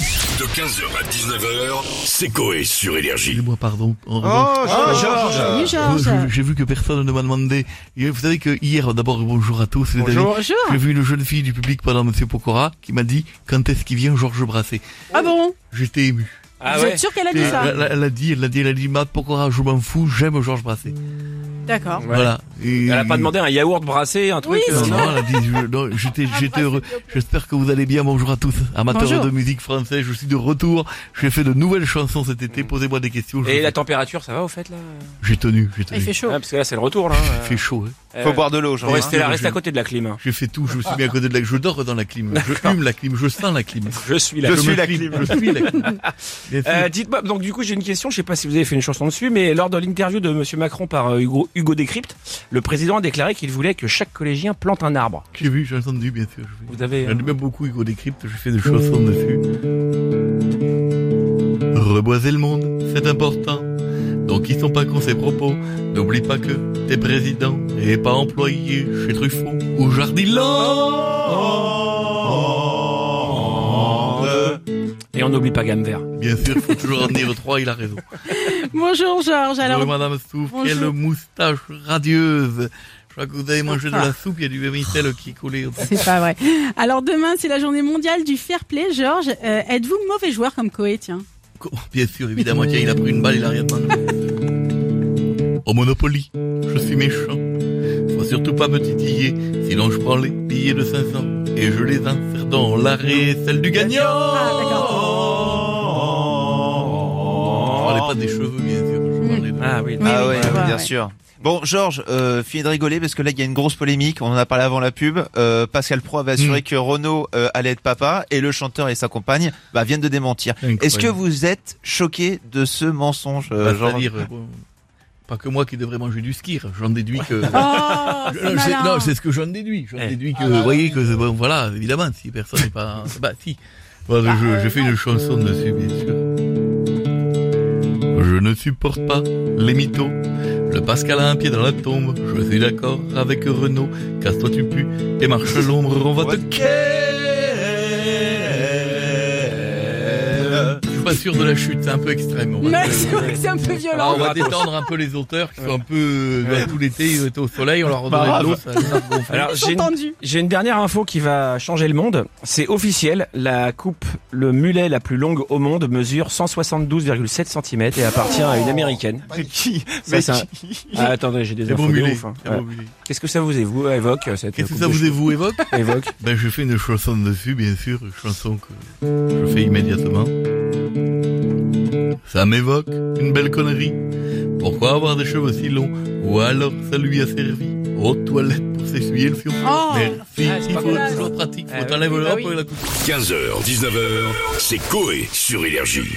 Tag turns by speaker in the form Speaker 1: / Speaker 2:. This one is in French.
Speaker 1: De 15h à 19h, c'est Coé sur Énergie.
Speaker 2: Et moi, pardon. En revanche,
Speaker 3: Oh,
Speaker 4: Salut
Speaker 3: Georges
Speaker 4: Georges.
Speaker 2: je- j'ai vu que personne ne m'a demandé. Et vous savez que hier, d'abord, bonjour à tous. les
Speaker 3: Bonjour.
Speaker 2: amis.
Speaker 4: Bonjour.
Speaker 2: J'ai vu une jeune fille du public pendant Monsieur Pokora qui m'a dit quand est-ce qu'il vient Georges Brassé.
Speaker 4: Ah bon
Speaker 2: J'étais ému.
Speaker 3: Ah
Speaker 4: Vous
Speaker 3: ouais
Speaker 4: êtes sûr qu'elle a dit
Speaker 2: Et
Speaker 4: ça
Speaker 2: elle, elle a dit, elle l'a dit, elle a dit, Matt Pokora, je m'en fous, j'aime Georges Brassé.
Speaker 4: D'accord.
Speaker 3: Ouais.
Speaker 2: Voilà. Et-
Speaker 3: Elle a pas demandé un yaourt brassé, un truc
Speaker 4: Oui,
Speaker 3: euh,
Speaker 2: Non,
Speaker 4: c'est
Speaker 2: non,
Speaker 4: Ah,
Speaker 3: non Ah,
Speaker 2: elle a dit, je- non, j'étais, j'étais heureux. J'espère que vous allez bien. Bonjour à tous, amateurs
Speaker 4: Bonjour.
Speaker 2: de musique française. Je suis de retour. J'ai fait de nouvelles chansons cet été. Posez-moi des questions.
Speaker 3: Et
Speaker 2: Je-
Speaker 3: la température, ça va au fait là
Speaker 2: J'ai tenu, j'ai tenu.
Speaker 4: Il fait chaud.
Speaker 3: Ah, Parce que là, c'est le retour là.
Speaker 2: Il fait chaud. hein.
Speaker 3: Euh,
Speaker 5: Faut boire de l'eau,
Speaker 3: faut
Speaker 5: Jean.
Speaker 3: rester là, reste
Speaker 2: je-
Speaker 3: à côté de la clim. hein.
Speaker 2: J'ai fait tout, je me suis mis à côté de la je dors dans la clim, je hume la clim, je sens la clim.
Speaker 3: Je suis là.
Speaker 5: Je
Speaker 2: me
Speaker 5: suis la clim.
Speaker 2: Je suis la clim. Bien sûr.
Speaker 3: Euh, Dites-moi, donc du coup j'ai une question, je sais pas si vous avez fait une chanson dessus, mais lors de l'interview de Monsieur Macron par euh, Hugo, Hugo Décrypte, le président a déclaré qu'il voulait que chaque collégien plante un arbre.
Speaker 2: J'ai vu, j'ai entendu, bien sûr. je vais-
Speaker 3: Vous avez...
Speaker 2: J'en ai même beaucoup, Hugo Décrypte, je fais des chansons dessus. Reboiser le monde, c'est important. Donc ils sont pas cons ces propos. N'oublie pas que t'es président et pas employé chez Truffaut ou Jardiland.
Speaker 3: Et on n'oublie pas Gamme Vert.
Speaker 2: Bien sûr, faut toujours en dire trois, il a raison.
Speaker 4: Bonjour Georges. Alors,
Speaker 2: Bonjour, Madame Stouff,
Speaker 4: Bonjour.
Speaker 2: quelle moustache radieuse Je crois que vous avez mangé de
Speaker 4: Ah.
Speaker 2: la soupe, il y a du vermicelle qui coulait.
Speaker 4: c'est pas vrai. Alors demain, c'est la journée mondiale du fair play. Georges, euh, êtes-vous mauvais joueur comme Coé Tiens.
Speaker 2: Bien sûr, évidemment, tiens, il a pris une balle, il a rien demandé. Au Monopoly, je suis méchant. Faut surtout pas me titiller, sinon je prends les billets de 500 et je les insère dans l'arrêt, celle du gagnant
Speaker 4: Ah, d'accord.
Speaker 2: On parlait pas des cheveux, bien sûr. je
Speaker 4: Hmm.
Speaker 2: parlais de-
Speaker 3: Ah oui.
Speaker 4: Oui,
Speaker 5: Ah
Speaker 4: oui,
Speaker 5: ouais,
Speaker 4: tu vois,
Speaker 5: bien
Speaker 4: ouais.
Speaker 5: sûr. Bon, Georges, euh, fini de rigoler parce que là, il y a une grosse polémique. On en a parlé avant la pub. Euh, Pascal Pro avait assuré
Speaker 2: Mm.
Speaker 5: que Renaud euh, allait être papa et le chanteur et sa compagne bah, viennent de démentir.
Speaker 2: Incroyable.
Speaker 5: Est-ce que vous êtes choqué de ce mensonge, euh,
Speaker 2: Bah,
Speaker 5: Georges
Speaker 2: C'est-à-dire, euh, bon, pas que moi qui devrais manger du skir, j'en déduis que...
Speaker 4: Oh,
Speaker 2: Je-
Speaker 4: c'est
Speaker 2: je-
Speaker 4: malin.
Speaker 2: non, Euh, c'est ce que j'en déduis. J'en
Speaker 3: Eh.
Speaker 2: déduis que, vous voyez, que, c'est- bon, voilà, évidemment, si personne n'est pas, bah, si. Bon, je, je fais une chanson dessus, bien sûr. Je ne supporte pas les mythos. Le Pascal a un pied dans la tombe. Je suis d'accord avec Renaud. Casse-toi, tu pues et marche l'ombre. On va te ken. Je suis pas sûr de la chute, c'est un peu extrême. on va
Speaker 4: Mais
Speaker 2: dire.
Speaker 4: c'est vrai que c'est un peu
Speaker 2: Alors,
Speaker 4: violent.
Speaker 2: on va détendre un peu les auteurs qui sont un peu euh, tout l'été ils étaient au soleil, on leur
Speaker 3: Pas
Speaker 2: redonnait de l'eau, ça les a gonflés.
Speaker 3: Alors
Speaker 4: Ils
Speaker 3: j'ai
Speaker 4: sont
Speaker 3: une,
Speaker 4: tendus.
Speaker 3: j'ai une dernière info qui va changer le monde. C'est officiel, la coupe, le mulet la plus longue au monde mesure 172,7 cm et appartient à une américaine.
Speaker 5: Mais qui
Speaker 3: Ça, c'est un- Ah, attendez, j'ai des
Speaker 2: C'est
Speaker 3: infos
Speaker 2: bon
Speaker 3: de
Speaker 2: mulet.
Speaker 3: ouf, hein.
Speaker 2: c'est
Speaker 3: Ouais.
Speaker 2: bon mulet.
Speaker 3: Qu'est-ce que ça vous évo- évoque euh, cette
Speaker 2: Qu'est-ce que
Speaker 3: coupe
Speaker 2: ça
Speaker 3: de
Speaker 2: vous vous évoque
Speaker 3: cheveux évoque
Speaker 2: Ben je fais une chanson dessus, bien sûr, une chanson que je fais immédiatement. Ça m'évoque une belle connerie. Pourquoi avoir des cheveux si longs Ou alors ça lui a servi aux toilettes pour s'essuyer le fion.
Speaker 4: Oh.
Speaker 2: Merci.
Speaker 3: Ah, c'est
Speaker 2: Il
Speaker 3: pas
Speaker 2: faut
Speaker 4: mal.
Speaker 2: toujours pratique. Faut
Speaker 3: Ah oui.
Speaker 2: t'enlèves le
Speaker 3: Bah
Speaker 2: hop
Speaker 3: oui.
Speaker 2: et la coupe.
Speaker 1: 15h, 19h, c'est Coé sur Énergie.